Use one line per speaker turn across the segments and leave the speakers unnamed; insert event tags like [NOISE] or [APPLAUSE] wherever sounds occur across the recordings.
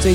最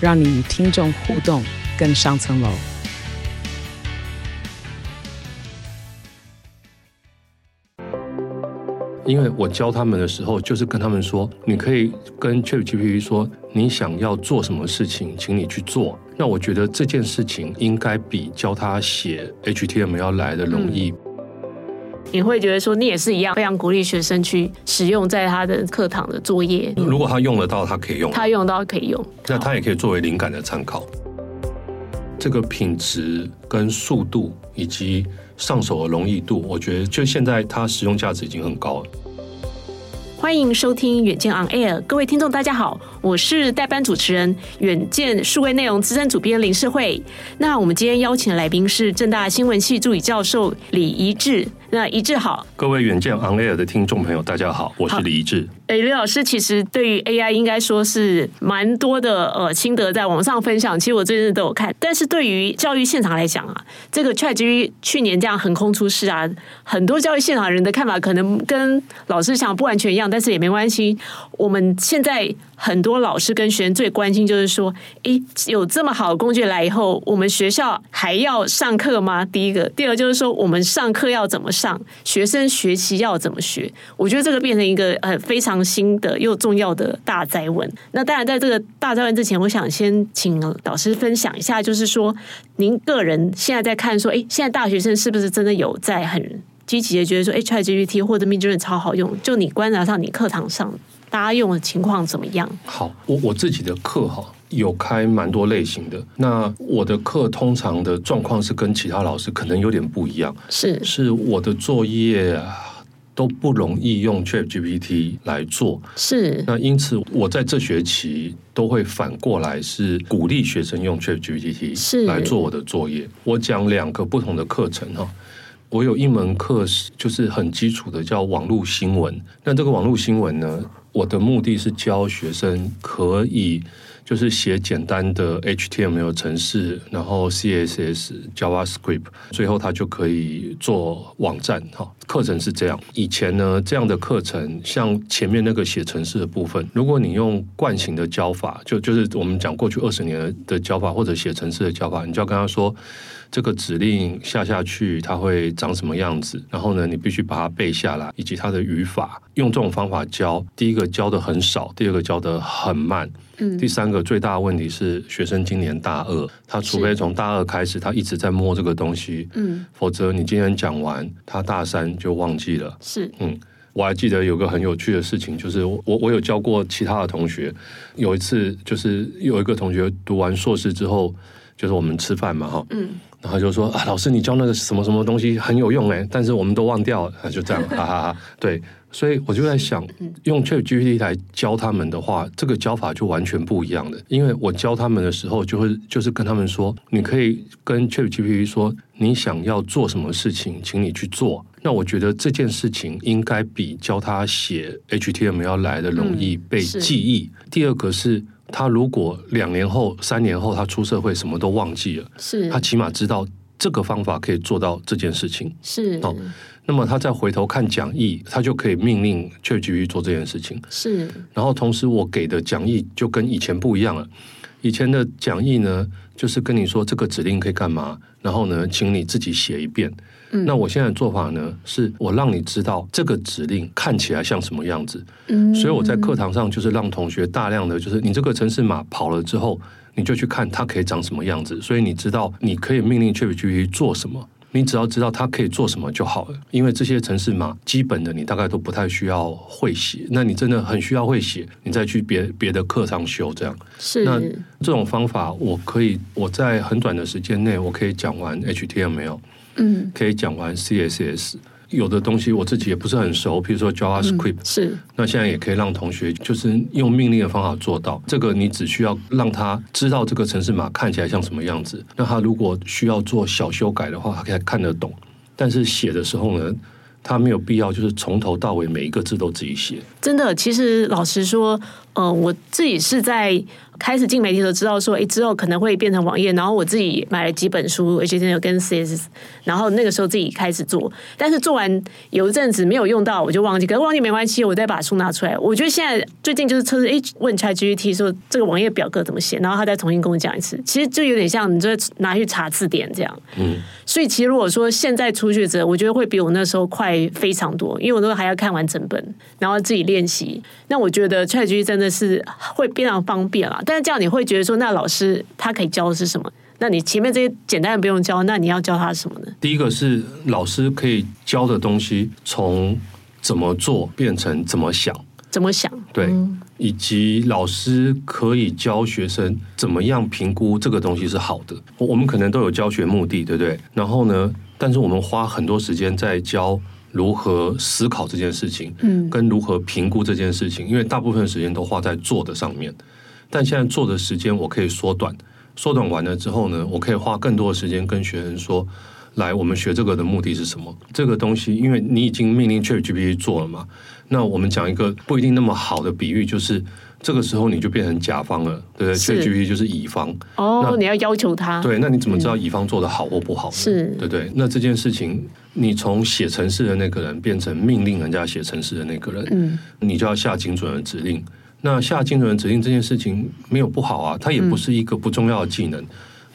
让你与听众互动更上层楼。
因为我教他们的时候，就是跟他们说，你可以跟 ChatGPT 说，你想要做什么事情，请你去做。那我觉得这件事情应该比教他写 HTML 要来的容易。
你会觉得说，你也是一样，非常鼓励学生去使用在他的课堂的作业，
如果他用得到，他可以用；
嗯他用到可以用。
那他也可以作为灵感的参考。这个品质跟速度以及上手的容易度，我觉得就现在它使用价值已经很高了。
欢迎收听《远见 On Air》，各位听众大家好，我是代班主持人远见数位内容资深主编林世慧。那我们今天邀请的来宾是正大新闻系助理教授李一志。那一志好，
各位远见 On Air 的听众朋友，大家好，我是
好
李一志。
诶，刘老师其实对于 AI 应该说是蛮多的呃心得在网上分享，其实我最近都有看。但是对于教育现场来讲啊，这个 ChatGPT 去年这样横空出世啊，很多教育现场人的看法可能跟老师想不完全一样，但是也没关系。我们现在很多老师跟学生最关心就是说，诶，有这么好的工具来以后，我们学校还要上课吗？啊第一个，第二就是说我们上课要怎么上，学生学习要怎么学？我觉得这个变成一个呃非常新的又重要的大灾问。那当然，在这个大灾问之前，我想先请老师分享一下，就是说您个人现在在看说，诶，现在大学生是不是真的有在很积极的觉得说，诶 c h a t g p t 或者 m i d j o u r n 超好用？就你观察上，你课堂上大家用的情况怎么样？
好，我我自己的课哈有开蛮多类型的。那我的课通常的状况是跟其他老师可能有点不一样，
是
是我的作业啊都不容易用 ChatGPT 来做。
是
那因此，我在这学期都会反过来是鼓励学生用 ChatGPT
是
来做我的作业。我讲两个不同的课程哈。我有一门课是就是很基础的，叫网络新闻。那这个网络新闻呢，我的目的是教学生可以就是写简单的 HTML 程式，然后 CSS、JavaScript，最后他就可以做网站。哈，课程是这样。以前呢，这样的课程像前面那个写程式的部分，如果你用惯性的教法，就就是我们讲过去二十年的教法或者写程式的教法，你就要跟他说这个指令下下去它会长什么样子，然后呢，你必须把它背下来，以及它的语法。用这种方法教，第一个教的很少，第二个教的很慢，第三个最大的问题是，学生今年大二，他除非从大二开始，他一直在摸这个东西，
嗯
否则你今天讲完，他大三就忘记了。
是
嗯，我还记得有个很有趣的事情，就是我我我有教过其他的同学，有一次就是有一个同学读完硕士之后，就是我们吃饭嘛哈，
嗯，
然后就说啊，老师你教那个什么什么东西很有用哎，但是我们都忘掉了， [LAUGHS] 啊就这样，哈哈哈。对，所以我就在想，
嗯
用 ChatGPT 来教他们的话，这个教法就完全不一样的。因为我教他们的时候，就会就是跟他们说，你可以跟 ChatGPT 说，你想要做什么事情，请你去做。那我觉得这件事情应该比教他写 HTML 要来的容易
嗯
被
是
记忆。第二个是。他如果两年后、三年后他出社会什么都忘记了，
是
他起码知道这个方法可以做到这件事情。
是
哦那么他再回头看讲义，他就可以命令 ChatGPT 做这件事情。
是
然后同时，我给的讲义就跟以前不一样了。以前的讲义呢，就是跟你说这个指令可以干嘛，然后呢，请你自己写一遍。
嗯
那我现在的做法呢，是我让你知道这个指令看起来像什么样子，
嗯
所以我在课堂上就是让同学大量的，就是你这个城市码跑了之后，你就去看它可以长什么样子，所以你知道你可以命令 ChatGPT 做什么。你只要知道它可以做什么就好了，因为这些城市码基本的你大概都不太需要会写。那你真的很需要会写，你再去别别的课上修这样。
是
那这种方法，我可以我在很短的时间内，我可以讲完 HTML，
嗯
可以讲完 CSS，有的东西我自己也不是很熟，譬如说 JavaScript，、
是
那现在也可以让同学就是用命令的方法做到。这个你只需要让他知道这个城市码看起来像什么样子，那他如果需要做小修改的话，他可以看得懂。但是写的时候呢，他没有必要就是从头到尾每一个字都自己写。
真的，其实老实说，呃，我自己是在开始进媒体的时候知道说，诶，之后可能会变成网页，然后我自己买了几本书，而且真的有跟 CS，然后那个时候自己开始做，但是做完有一阵子没有用到，我就忘记，可是忘记没关系，我再把书拿出来。我觉得现在最近就是测试，诶，问 ChatGPT 说这个网页表格怎么写，然后他再重新跟我讲一次，其实就有点像你就拿去查字典这样。所以其实如果说现在初学者，我觉得会比我那时候快非常多，因为我都还要看完整本，然后自己练习。那我觉得 ChatGPT 真的是会非常方便啊啦。但是这样你会觉得说，那老师他可以教的是什么？那你前面这些简单的不用教，那你要教他什么呢？
第一个是老师可以教的东西，从怎么做变成怎么想。
怎么想？
对，以及老师可以教学生怎么样评估这个东西是好的。我我们可能都有教学目的，对不对？然后呢，但是我们花很多时间在教如何思考这件事情，嗯，跟如何评估这件事情，因为大部分时间都花在做的上面。但现在做的时间我可以缩短，缩短完了之后呢，我可以花更多的时间跟学生说。来，我们学这个的目的是什么？这个东西，因为你已经命令 ChatGPT 做了嘛，那我们讲一个不一定那么好的比喻，就是这个时候你就变成甲方了，对不对
是
？ChatGPT 就是乙方，
哦
那，
你要要求他。
对，那你怎么知道乙方做的好或不好呢？
是
对不对？那这件事情，你从写程式的那个人变成命令人家写程式的那个人，嗯，你就要下精准的指令。那下精准的指令这件事情没有不好啊，它也不是一个不重要的技能，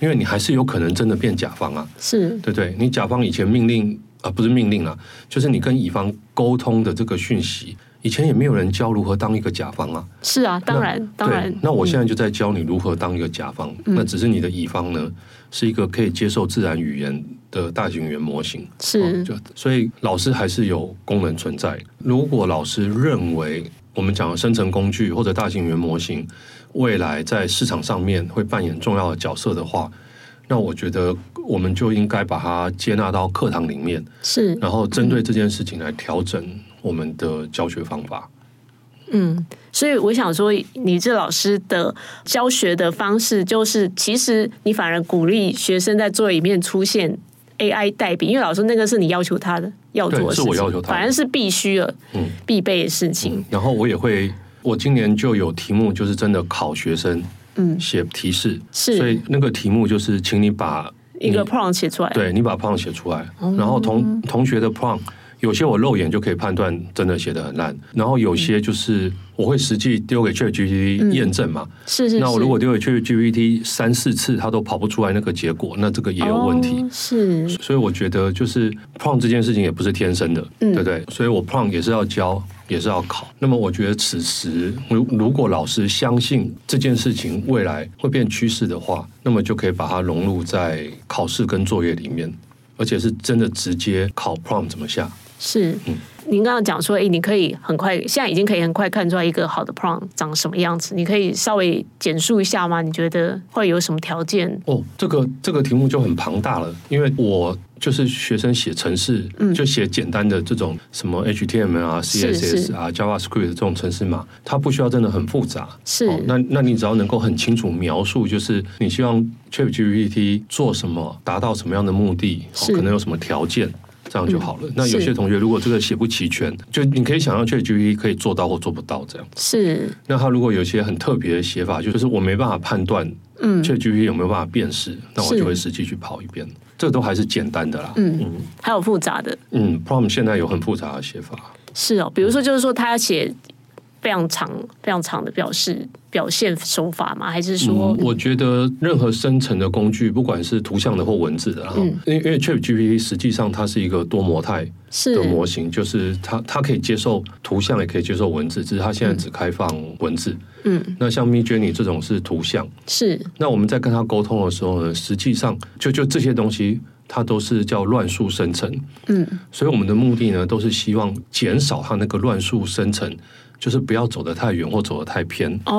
因为你还是有可能真的变甲方啊。
是
对不对？你甲方以前命令啊、呃不是命令啊，就是你跟乙方沟通的这个讯息，以前也没有人教如何当一个甲方啊。
是啊，当然
那
当然嗯
对。那我现在就在教你如何当一个甲方，那只是你的乙方呢是一个可以接受自然语言的大型语言模型。哦
是
就所以老师还是有功能存在。如果老师认为我们讲的生成工具或者大型语言模型未来在市场上面会扮演重要的角色的话，那我觉得我们就应该把它接纳到课堂里面，
是，
然后针对这件事情来调整我们的教学方法。
嗯，所以我想说，你这老师的教学的方式，就是其实你反而鼓励学生在作业里面出现 AI 代笔，因为老师那个是你要求他的要做的
对
事
是
情，
我要求他的
反而是必须了，
嗯
必备的事情。
然后我也会，我今年就有题目，就是真的考学生，
嗯
写提示，
是
所以那个题目就是请你把
一个
你
prompt 写出来，
嗯对你把 prompt 写出来，
哦
然后同同学的 prompt 有些我肉眼就可以判断真的写的很烂，然后有些就是我会实际丢给 ChatGPT 验证嘛。
嗯是是是。
那我如果丢给 ChatGPT 三四次，它都跑不出来那个结果，那这个也有问题。
哦是
所以我觉得就是 prompt 这件事情也不是天生的，
嗯
对不对？所以我 prompt 也是要教，也是要考。那么我觉得此时如如果老师相信这件事情未来会变趋势的话，那么就可以把它融入在考试跟作业里面，而且是真的直接考 prompt 怎么下。
是。
嗯
您刚刚讲说，哎，你可以很快，现在已经可以很快看出来一个好的 prompt 长什么样子。你可以稍微简述一下吗？你觉得会有什么条件？
哦，这个这个题目就很庞大了，因为我就是学生写程式，
嗯
就写简单的这种什么 HTML 啊、
是
CSS 啊、JavaScript 这种程式码，它不需要真的很复杂。
是
哦那那你只要能够很清楚描述，就是你希望 ChatGPT 做什么，达到什么样的目的，哦
是嗯
可能有什么条件。这样就好了。那有
是
些同学如果这个写不齐全，就你可以想象 ChatGPT 可以做到或做不到这样。
是
那它如果有一些很特别的写法，就是我没办法判断，嗯，ChatGPT 有没有办法辨识，那我
是
就会实际去跑一遍。这都还是简单的啦，嗯
还有复杂的，
嗯，prompt 现在有很复杂的写法，
是哦，比如说就是说他要写非常长、非常长的表示表现手法吗？还是说
嗯，我觉得任何生成的工具，不管是图像的或文字的，哈、
嗯
因为因为 ChatGPT 实际上它是一个多模态
是
的模型，就是它它可以接受图像，也可以接受文字，只是它现在只开放文字。
嗯，
那像 Midjourney 这种是图像，
是
那我们在跟他沟通的时候呢，实际上就就这些东西，它都是叫乱数生成。
嗯，
所以我们的目的呢，都是希望减少它那个乱数生成，就是不要走得太远或走得太偏。
哦，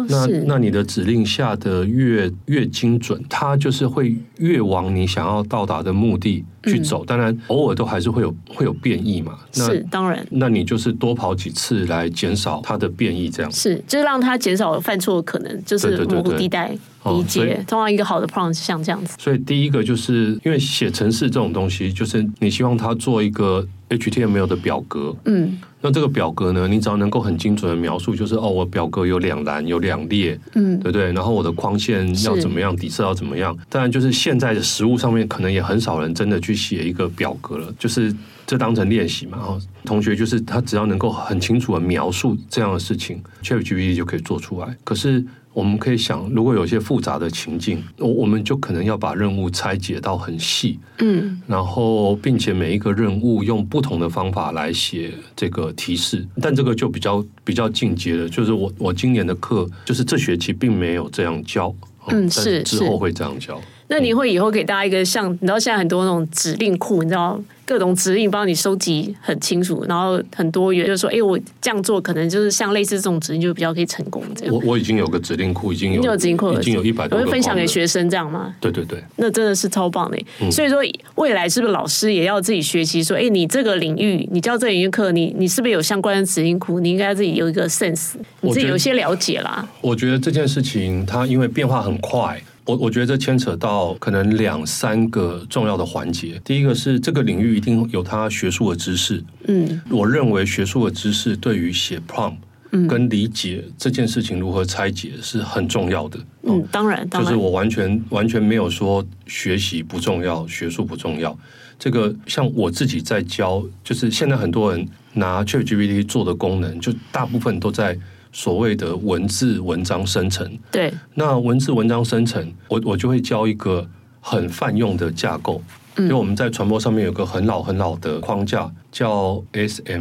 哦，
那
是
那你的指令下的越越精准，它就是会越往你想要到达的目的去走。当然，偶尔都还是会有会有变异嘛。那
嗯是当然。
那你就是多跑几次来减少它的变异，这样。
是，就是让他减少犯错的可能，就是
对对对
模糊
对
地带
哦
理
所以
解。通常一个好的 prompt 是像这样子，
所以第一个就是因为写程式这种东西，就是你希望它做一个 HTML 的表格，
嗯，
那这个表格呢，你只要能够很精准的描述，就是哦，我表格有两栏，有两列，
嗯
对不对？然后我的框线要
是
怎么样，底色要怎么样？当然，就是现在的实物上面，可能也很少人真的去写一个表格了，就是这当成练习嘛。然后同学就是他只要能够很清楚的描述这样的事情，ChatGPT 就可以做出来。可是我们可以想，如果有一些复杂的情境，我我们就可能要把任务拆解到很细，
嗯，
然后并且每一个任务用不同的方法来写这个提示，但这个就比较比较进阶了。就是我我今年的课，就是这学期并没有这样教，哦但
嗯是
之
是
后会这样教。
那你会以后给大家一个像，你知道现在很多那种指令库，你知道各种指令帮你收集很清楚，然后很多元，就是说，哎，我这样做可能就是像类似这种指令就比较可以成功这样。
我我已经有个指令库，已经有
你有指令库了，
已经有一百多
我
个
会分享给
prompt 了
学生这样吗？
对对对，
那真的是超棒的耶、
嗯
所以说，未来是不是老师也要自己学习？说，哎，你这个领域，你教这个领域课，你你是不是有相关的指令库？你应该自己有一个 sense，你
我
自己
觉得
有一些了解啦。
我觉得这件事情它因为变化很快。我我觉得这牵扯到可能两三个重要的环节。第一个是这个领域一定有它学术的知识，
嗯，
我认为学术的知识对于写 prompt 跟理解这件事情如何拆解是很重要的。
嗯，当然，当
哦就
然，
是我完全完全没有说学习不重要，学术不重要。这个像我自己在教，就是现在很多人拿 ChatGPT 做的功能，就大部分都在所谓的文字文章生成。
对，
那文字文章生成，我我就会教一个很泛用的架构，
嗯
因为我们在传播上面有个很老很老的框架叫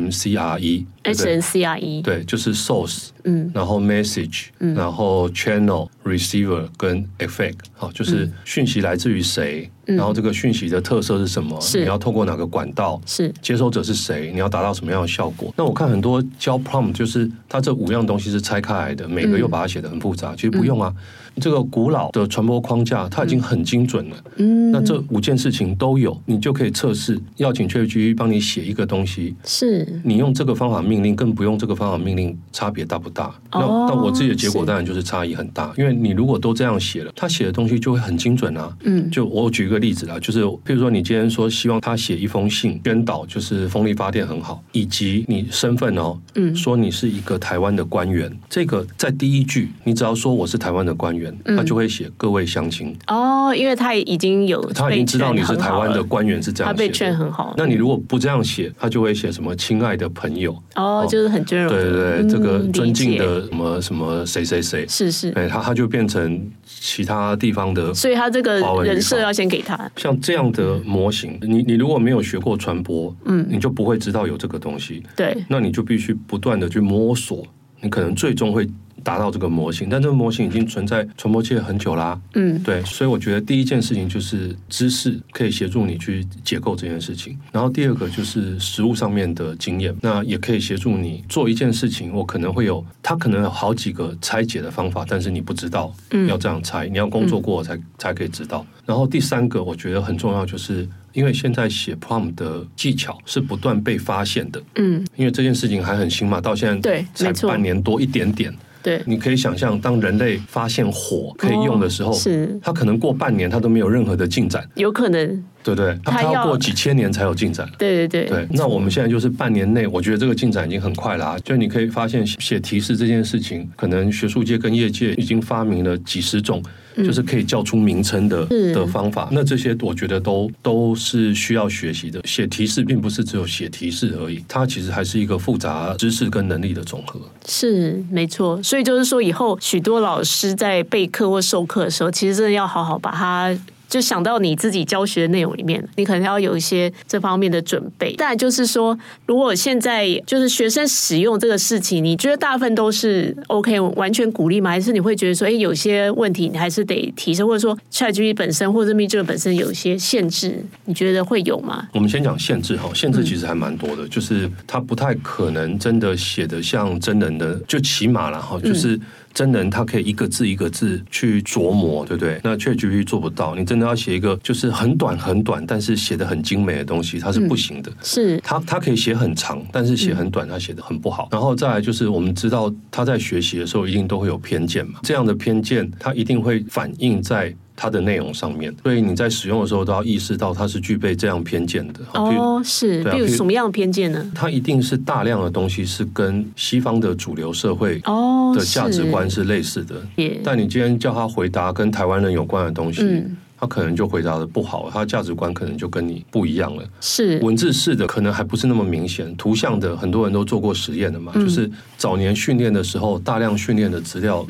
SMCRE，对不
S
对
N C R E，
对，就是 source，
嗯，
然后 message，然后 channel、receiver 跟 effect，好，
嗯
就是讯息来自于谁，然后这个讯息的特色是什么，
是
你要透过哪个管道，
是
接收者是谁，你要达到什么样的效果？那我看很多教 prompt 就是它这五样东西是拆开来的，每
嗯
个又把它写得很复杂。其实不用啊，这个古老的传播框架它已经很精准了。嗯，那这五件事情都有，你就可以测试。要请 ChatGPT 帮你写一个东西，
是，
你用这个方法命令跟不用这个方法命令差别大不大？那
哦
那我自己的结果
是
当然就是差异很大，因为你如果都这样写了，他写的东西就会很精准啊。嗯，就我举一个例子啦，就是譬如说你今天说希望他写一封信宣导就是风力发电很好，以及你身份哦，嗯，说你是一个台湾的官员，这个在第一句你只要说我是台湾的官员，
嗯
他就会写各位乡亲，
哦，因为他已经有，
他已经知道你是台湾的，官员是这样
他
写的。
被劝很好，
那你如果不这样写，他就会写什么亲爱的朋友。
哦，就是很尊荣，
对对对，这个
嗯
尊敬，
理解
的什么什么谁谁谁，
是是，
哎，他他就变成其他地方的。
所以他这个
华文语
人设
法
要先给他，
像这样的模型，你你如果没有学过传播，嗯，你就不会知道有这个东西，
对，
那你就必须不断的去摸索，你可能最终会达到这个模型，但这个模型已经存在传播界很久啦、
嗯，
对，所以我觉得第一件事情就是知识可以协助你去解构这件事情，然后第二个就是实物上面的经验，那也可以协助你做一件事情。我可能会有，它可能有好几个拆解的方法，但是你不知道
嗯
要这样拆，你要工作过才、才可以知道。然后第三个我觉得很重要，就是因为现在写 prompt 的技巧是不断被发现的，
嗯，
因为这件事情还很新嘛，到现
对
在才
没错
半年多一点点。
对，
你可以想象，当人类发现火可以用的时候，
哦是
它可能过半年它都没有任何的进展，
有可能，
对不对？它
它
它
要
要过几千年才有进展。
对对
对，那我们现在就是半年内，我觉得这个进展已经很快啦、就你可以发现，写提示这件事情，可能学术界跟业界已经发明了几十种，就是可以叫出名称的
是
的方法。那这些我觉得都都是需要学习的。写提示并不是只有写提示而已，它其实还是一个复杂知识跟能力的总和。
是没错，所以就是说，以后许多老师在备课或授课的时候，其实真的要好好把它就想到你自己教学的内容里面，你可能要有一些这方面的准备。但就是说，如果现在就是学生使用这个事情，你觉得大部分都是 OK，完全鼓励吗？还是你会觉得说，哎，有些问题你还是得提升，或者说 ChatGPT 本身或者 m e j 本身有一些限制，你觉得会有吗？
我们先讲限制哈，限制其实还蛮多的，就是它不太可能真的写的像真人的，就起码了哈，就是真人他可以一个字一个字去琢磨，对不对？那 ChatGPT 做不到，你真的要写一个就是很短很短，但是写的很精美的东西，它是不行的。
是
它它可以写很长，但是写
嗯
很短，它写的很不好。然后再来就是，我们知道他在学习的时候一定都会有偏见嘛，这样的偏见它一定会反映在。它的内容上面，所以你在使用的时候都要意识到它是具备这样偏见的。好譬如
哦，是，
对啊
例如
譬如
什么样的偏见呢？
它一定是大量的东西是跟西方的主流社会
哦，
的价值
是
观是类似的，
也
但你今天叫他回答跟台湾人有关的东西，
嗯
他可能就回答的不好，他价值观可能就跟你不一样了。
是
文字式的可能还不是那么明显，图像的很多人都做过实验的
嗯
嘛，就是早年训练的时候，大量训练的资料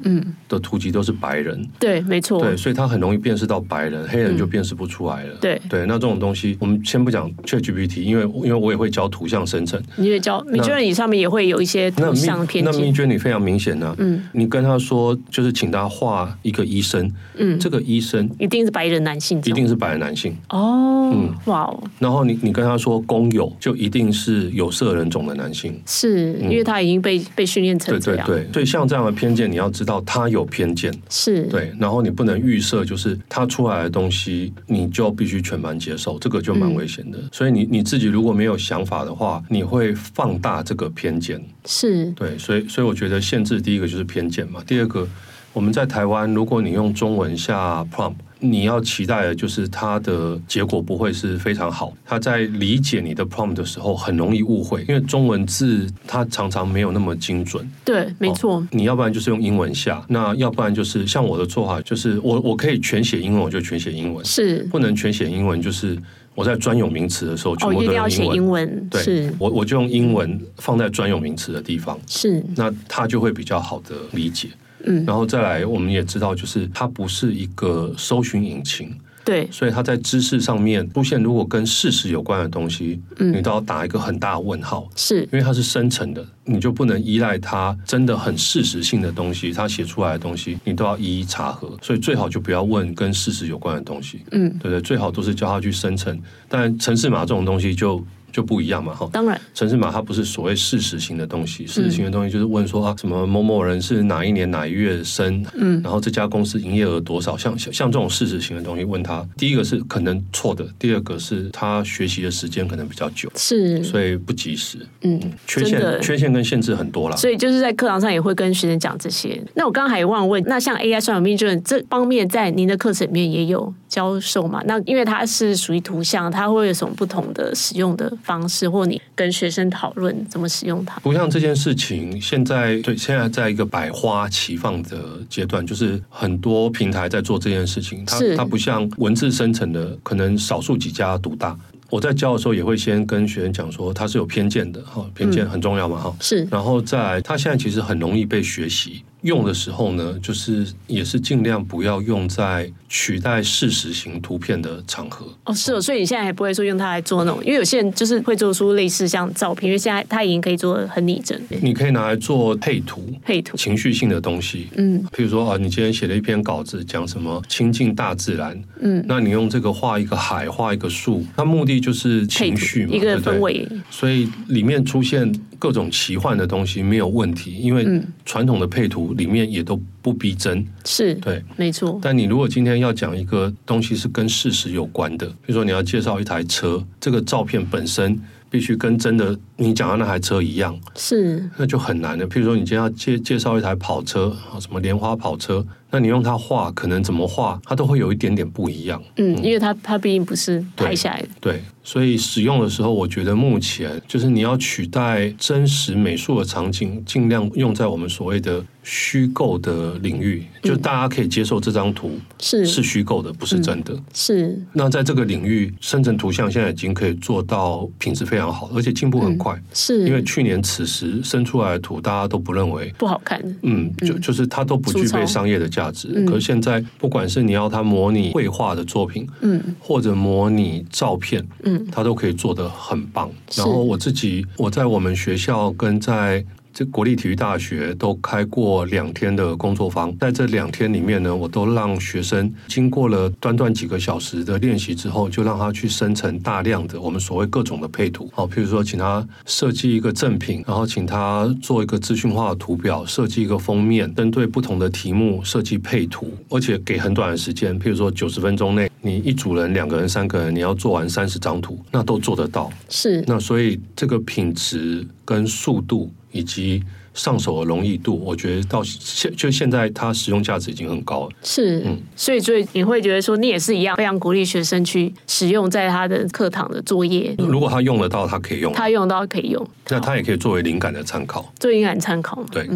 的图集都是白人，
对，没嗯错，嗯
对，所以他很容易辨识到白人，黑人就辨识不出来了。
对
对，那这种东西我们先不讲 ChatGPT，因为因为我也会教图像生成，
你也教，你觉得你上面也会有一些
那
图
蜜
像偏
那蜜
见，
娟你非常明显呢、嗯，你跟他说就是请他画一个医生，嗯，这个医生
一定是白人男性这
一
种，
定是嗯白人男性，
哦，哇哦，
然后你你跟他说工友就一定是有色人种的男性。
是因为他已经被被训练成
嗯对
这
对
样，嗯
对，所以像这样的偏见，你要知道他有偏见，
是，
对，然后你不能预设，就是他出来的东西，你就必须全盘接受，这个就蛮危险的。
嗯
所以你你自己如果没有想法的话，你会放大这个偏见。
是
对，所以所以我觉得限制第一个就是偏见嘛，第二个我们在台湾，如果你用中文下 prompt。你要期待的就是它的结果不会是非常好，它在理解你的 prompt 的时候很容易误会，因为中文字它常常没有那么精准。
对，没错，
你要不然就是用英文下，那要不然就是像我的做法，就是我我可以全写英文，我就全写英文；
是
不能全写英文，就是我在专有名词的时候，全
哦，
部
一
都
定要
用
写
英文。
英文，
对
是，
我我就用英文放在专有名词的地方。
是
那他就会比较好的理解。嗯，然后再来，我们也知道，就是它不是一个搜寻引擎，
对，
所以它在知识上面出现，如果跟事实有关的东西，嗯，你都要打一个很大的问号，
是
因为它是生成的，你就不能依赖它真的很事实性的东西，它写出来的东西，你都要一一查核，所以最好就不要问跟事实有关的东西，
嗯
对不对？最好都是叫它去生成，但城市码这种东西就就不一样嘛，哈，
当然
城市码它不是所谓事实性的东西，事实性的东西就是问说啊，什么某某人是哪一年哪一月生，嗯，然后这家公司营业额多少，像像像这种事实性的东西，问他，第一个是可能错的，第二个是他学习的时间可能比较久，
是，
所以不及时，
嗯，
缺
真的
陷缺陷跟限制很多啦。
所以就是在课堂上也会跟学生讲这些。那我刚刚还忘问，那像 AI 算法命卷这方面，在您的课程里面也有教授嘛？那因为它是属于图像，它会有什么不同的使用的方式，或你跟学生讨论怎么使用它？
图像这件事情，现在对现在在一个百花齐放的阶段，就是很多平台在做这件事情，它
是
它不像文字生成的，可能少数几家独大。我在教的时候也会先跟学生讲说，它是有偏见的哈，偏
嗯
见很重要嘛哈。
是
然后再来，它现在其实很容易被学习。用的时候呢，就是也是尽量不要用在取代事实型图片的场合。
哦，是哦，所以你现在还不会说用它来做那种，因为有些人就是会做出类似像照片，因为现在它已经可以做得很拟真
你可以拿来做配图，
配图，
情绪性的东西，
嗯，
譬如说啊，你今天写了一篇稿子，讲什么亲近大自然，嗯，那你用这个画一个海，画一个树，那目的就是
配
情
图
绪嘛，
一个
对不对
氛围，
所以里面出现各种奇幻的东西没有问题，因
嗯
为传统的配图里面也都不逼真，
是
对。
没错，
但你如果今天要讲一个东西是跟事实有关的，比如说你要介绍一台车，这个照片本身必须跟真的你讲的那台车一样，
是
那就很难了。譬如说，你今天要介介绍一台跑车，啊什么莲花跑车，那你用它画，可能怎么画，它都会有一点点不一样。
嗯，因为它它毕竟不是拍下来的，
对，所以使用的时候，我觉得目前就是你要取代真实美术的场景，尽量用在我们所谓的虚构的领域，就大家可以接受这张图
是
是虚构的，不是真的。
是
那在这个领域，生成图像现在已经可以做到品质非常好，而且进步很快。
是，
因为去年此时生出来的图，大家都不认为
不好看。
嗯，就就是它都不具
粗糙嗯
备商业的价值。可是现在，不管是你要它模拟绘画的作品，
嗯，
或者模拟照片，
嗯，
它都可以做得很棒。
是
然后我自己，我在我们学校跟在这国立体育大学都开过两天的工作坊，在这两天里面呢，我都让学生经过了短短几个小时的练习之后，就让他去生成大量的我们所谓各种的配图，好，譬如说请他设计一个赠品，然后请他做一个资讯化的图表，设计一个封面，针对不同的题目设计配图，而且给很短的时间，譬如说九十分钟内，你一组人、两个人、三个人，你要做完三十张图，那都做得到。
是
那所以这个品质跟速度以及上手的容易度，我觉得到现就现在它使用价值已经很高了。
是，
嗯
所以所以你会觉得说，你也是一样，非常鼓励学生去使用在他的课堂的作业，
如果它用得到，它可以用，
他用到可以用，
那它也可以作为灵感的参考。
做灵感参考嘛。
对，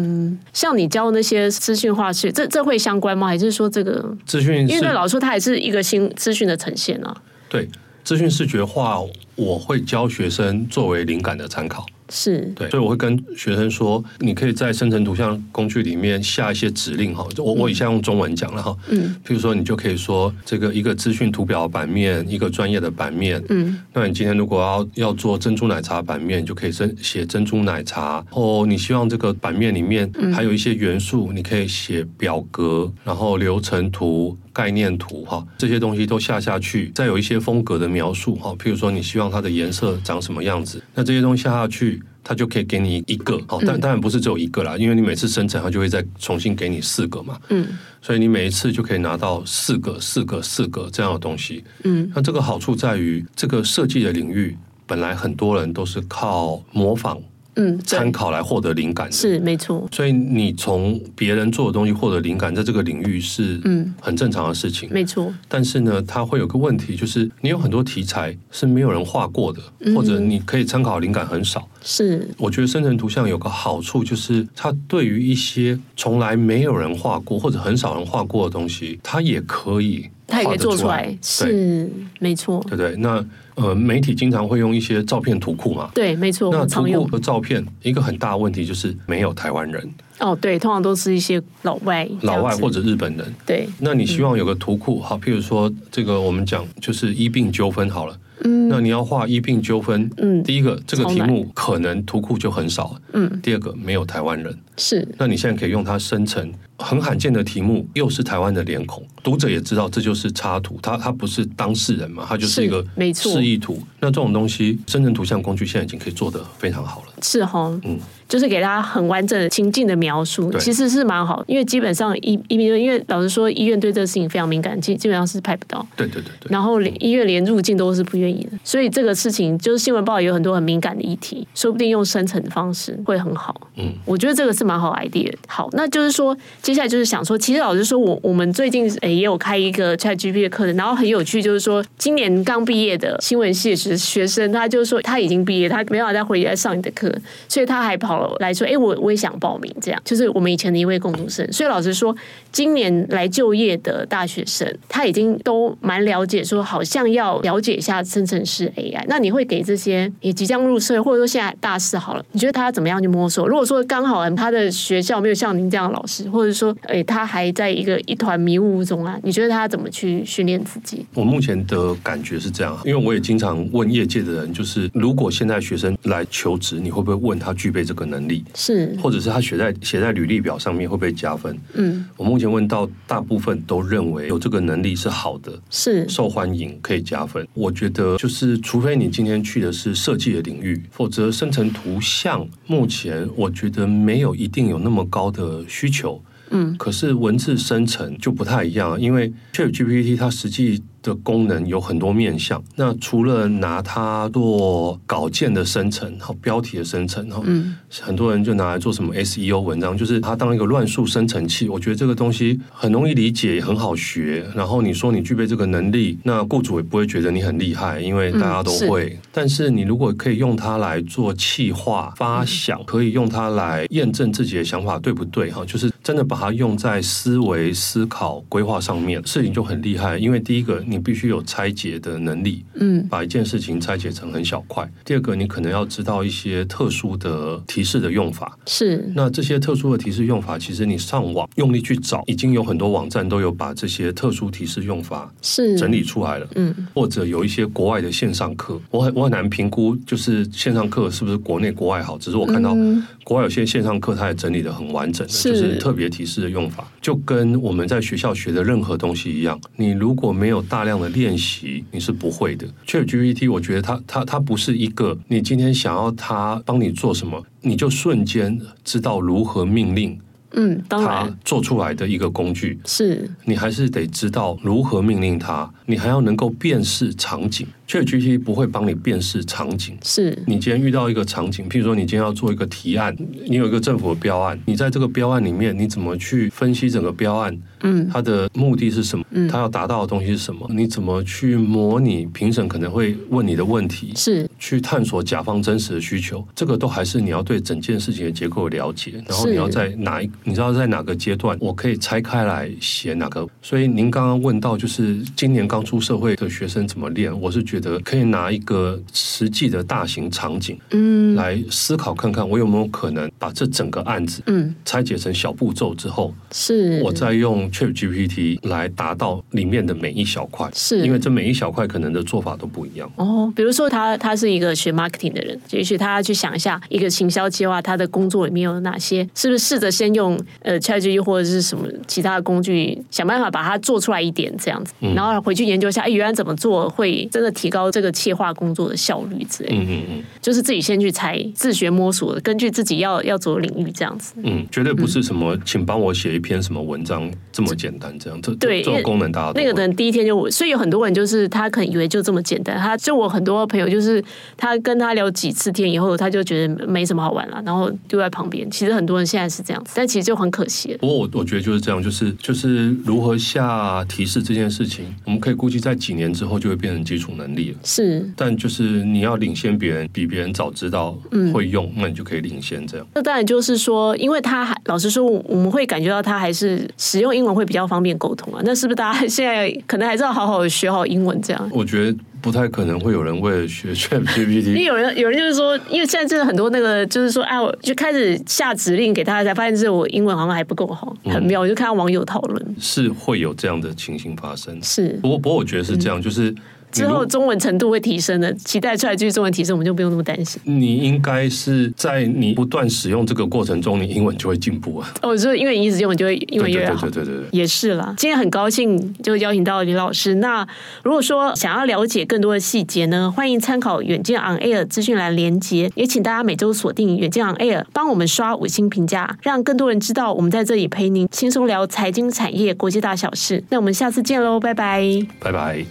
像你教那些资讯化学，这这会相关吗？还是说这个？
资讯
因为对
是
老师说，它也是一个新资讯的呈现啊。
对资讯视觉化，我会教学生作为灵感的参考。
是，
对，所以我会跟学生说，你可以在生成图像工具里面下一些指令哈。我我以下用中文讲了哈，
嗯，
譬如说你就可以说这个一个资讯图表版面，一个专业的版面，
嗯，
那你今天如果要要做珍珠奶茶版面，你就可以珍写珍珠奶茶。哦，你希望这个版面里面
嗯
还有一些元素，你可以写表格，然后流程图。概念图哈，这些东西都下下去，再有一些风格的描述哈，譬如说你希望它的颜色长什么样子，那这些东西下下去，它就可以给你一个好，
嗯
但当然不是只有一个啦，因为你每次生成它就会再重新给你四个嘛，
嗯，
所以你每一次就可以拿到四个、四个、四个这样的东西。
嗯，
那这个好处在于，这个设计的领域本来很多人都是靠模仿、
嗯，
参
对，
考来获得灵感的。
是没错。
所以你从别人做的东西获得灵感，在这个领域是
嗯
很正常的事情。
没错，
但是呢，它会有个问题，就是你有很多题材是没有人画过的，
嗯
或者你可以参考灵感很少。
是
我觉得生成图像有个好处，就是它对于一些从来没有人画过或者很少人画过的东西，它也可以
它也可
画
以
得
做出来
来，，对
是没错
对，不对？那呃，媒体经常会用一些照片图库嘛。
对，没错，
那
很
图
常用
库。和照片一个很大的问题就是没有台湾人、
哦，对，通常都是一些老外这样子，
老外或者日本人。
对，
那你希望有
嗯
个图库，好，譬如说这个我们讲就是医病纠纷好了，嗯，那你要画医病纠纷，
嗯
第一个这个
超
题
难
目可能图库就很少了，
嗯，
第二个没有台湾人，
是
那你现在可以用它生成很罕见的题目，又是台湾的脸孔，读者也知道这就是插图，它它不是当事人嘛，它就是一个
是没错
示意图。那这种东西，生成图像工具现在已经可以做得非常好了。
是哈，
嗯，
就是给他很完整的情境的描述，
对
其实是蛮好，因为基本上医医院，因为老实说，医院对这个事情非常敏感，基基本上是拍不到。
对对对对，
然后连医院连入境都是不愿意的，所以这个事情就是新闻报有很多很敏感的议题，说不定用生成的方式会很好。
嗯，
我觉得这个是蛮好 idea 的。好，那就是说接下来就是想说，其实老实说，我我们最近诶也有开一个 ChatGPT 的课程，然后很有趣，就是说今年刚毕业的新闻系的学学生，他就说他已经毕业，他没办法再回来上你的课，所以他还跑来说，哎、我我也想报名，这样就是我们以前的一位共读生。所以老实说，今年来就业的大学生，他已经都蛮了解，说好像要了解一下生成式 AI。那你会给这些也即将入社会，或者说现在大四好了，你觉得他怎么样去摸索？如果说刚好嗯他的学校没有像您这样的老师，或者说，哎、他还在一个一团迷雾中啊，你觉得他怎么去训练自己？
我目前的感觉是这样，啊因为我也经常问业界的人，就是如果现在学生来求职，你会不会问他具备这个能力，
是，
或者是他写在写在履历表上面会不会加分？
嗯，
我目前问到大部分都认为有这个能力是好的，
是，
受欢迎可以加分。我觉得就是，除非你今天去的是设计的领域，否则生成图像目前我觉得没有一定有那么高的需求。
嗯，
可是文字生成就不太一样，啊因为 ChatGPT 它实际的功能有很多面向。那除了拿它做稿件的生成和标题的生成，哈、
嗯，
很多人就拿来做什么 SEO 文章，就是它当一个乱数生成器。我觉得这个东西很容易理解，也很好学。然后你说你具备这个能力，那雇主也不会觉得你很厉害，因为大家都
嗯是
会。但是你如果可以用它来做企划发想，可以用它来验证自己的想法对不对哈，就是真的把它用在思维、思考、规划上面，事情就很厉害。因为第一个，你你必须有拆解的能力，
嗯
把一件事情拆解成很小块。第二个，你可能要知道一些特殊的提示的用法。
是
那这些特殊的提示用法，其实你上网用力去找，已经有很多网站都有把这些特殊提示用法
是
整理出来了。
嗯
或者有一些国外的线上课，我很我很难评估，就是线上课是不是国内国外好。只是我看到
嗯
国外有些线上课，它也整理的很完整的，
是
就是特别提示的用法，就跟我们在学校学的任何东西一样。你如果没有大量的练习，你是不会的。ChatGPT，我觉得它它它不是一个你今天想要它帮你做什么，你就瞬间知道如何命令
嗯，当
它
然
做出来的一个工具。
是
你还是得知道如何命令它，你还要能够辨识场景。ChatGPT 不会帮你辨识场景。
是
你今天遇到一个场景，譬如说你今天要做一个提案，你有一个政府的标案，你在这个标案里面，你怎么去分析整个标案？
嗯
它的目的是什么？它要达到的东西是什么？你怎么去模拟评审可能会问你的问题？
是
去探索甲方真实的需求，这个都还是你要对整件事情的结构有了解，然后
是
你要在哪一，你知道在哪个阶段，我可以拆开来写哪个。所以您刚刚问到，就是今年刚出社会的学生怎么练，我是觉得可以拿一个实际的大型场景
嗯
来思考看看，我有没有可能把这整个案子
嗯
拆解成小步骤之后，
是
我再用 ChatGPT 来达到里面的每一小块，
是
因为这每一小块可能的做法都不一样。
哦，比如说他他是一个学 marketing 的人，也许他要去想一下一个行销计划，他的工作里面有哪些，是不是试着先用呃 ChatGPT 或者是什么其他的工具，想办法把它做出来一点这样子，然后回去研究一下，哎，原来怎么做会真的提高这个企划工作的效率之类的，
嗯嗯嗯。
就是自己先去猜，自学摸索，根据自己要要走的领域这样子。
嗯，绝对不是什么，请帮我写一篇什么文章这么简单，这样这
对
这这
因
种
为
功能大家都
那个
会
人第一天就，所以有很多人就是他可能以为就这么简单，他就我很多朋友就是他跟他聊几次天以后，他就觉得没什么好玩了，然后丢在旁边。其实很多人现在是这样子，但其实就很可惜了。
不过我我觉得就是这样，就是就是如何下提示这件事情，我们可以估计在几年之后就会变成基础能力了。
是，
但就是你要领先别人，比别人早知道
嗯
会用，那你就可以领先这样。
那当然就是说，因为他还老实说，我我们会感觉到他还是使用英文会比较方便沟通啊。那是不是大家现在可能还是要好好地学好英文这样？
我觉得不太可能会有人为了学 ChatGPT
[LAUGHS] 因为有人有人就是说，因为现在真的很多那个，就是说，哎，我就开始下指令给他，才发现是我英文好像还不够好，很妙。我就看到网友讨论，
[LAUGHS] 是会有这样的情形发生。
是
不过不过我觉得是这样，就是你
嗯之
如
后中文程度会提升的，期待出来继续中文提升，我们就不用那么担
[LAUGHS]
心。
你应该是在你不断使用这个过程中，你英文就会进步啊。
哦，所以因为你一直用，你就会英文
对对
越来
对
越好
对。对对对。
也是啦，今天很高兴就邀请到李老师。那如果说想要了解更多的细节呢，欢迎参考远见 On Air 资讯栏连接，也请大家每周锁定远见 On Air，帮我们刷五星评价，让更多人知道我们在这里陪您轻松聊财经、产业、国际大小事。那我们下次见喽，拜拜。
拜拜。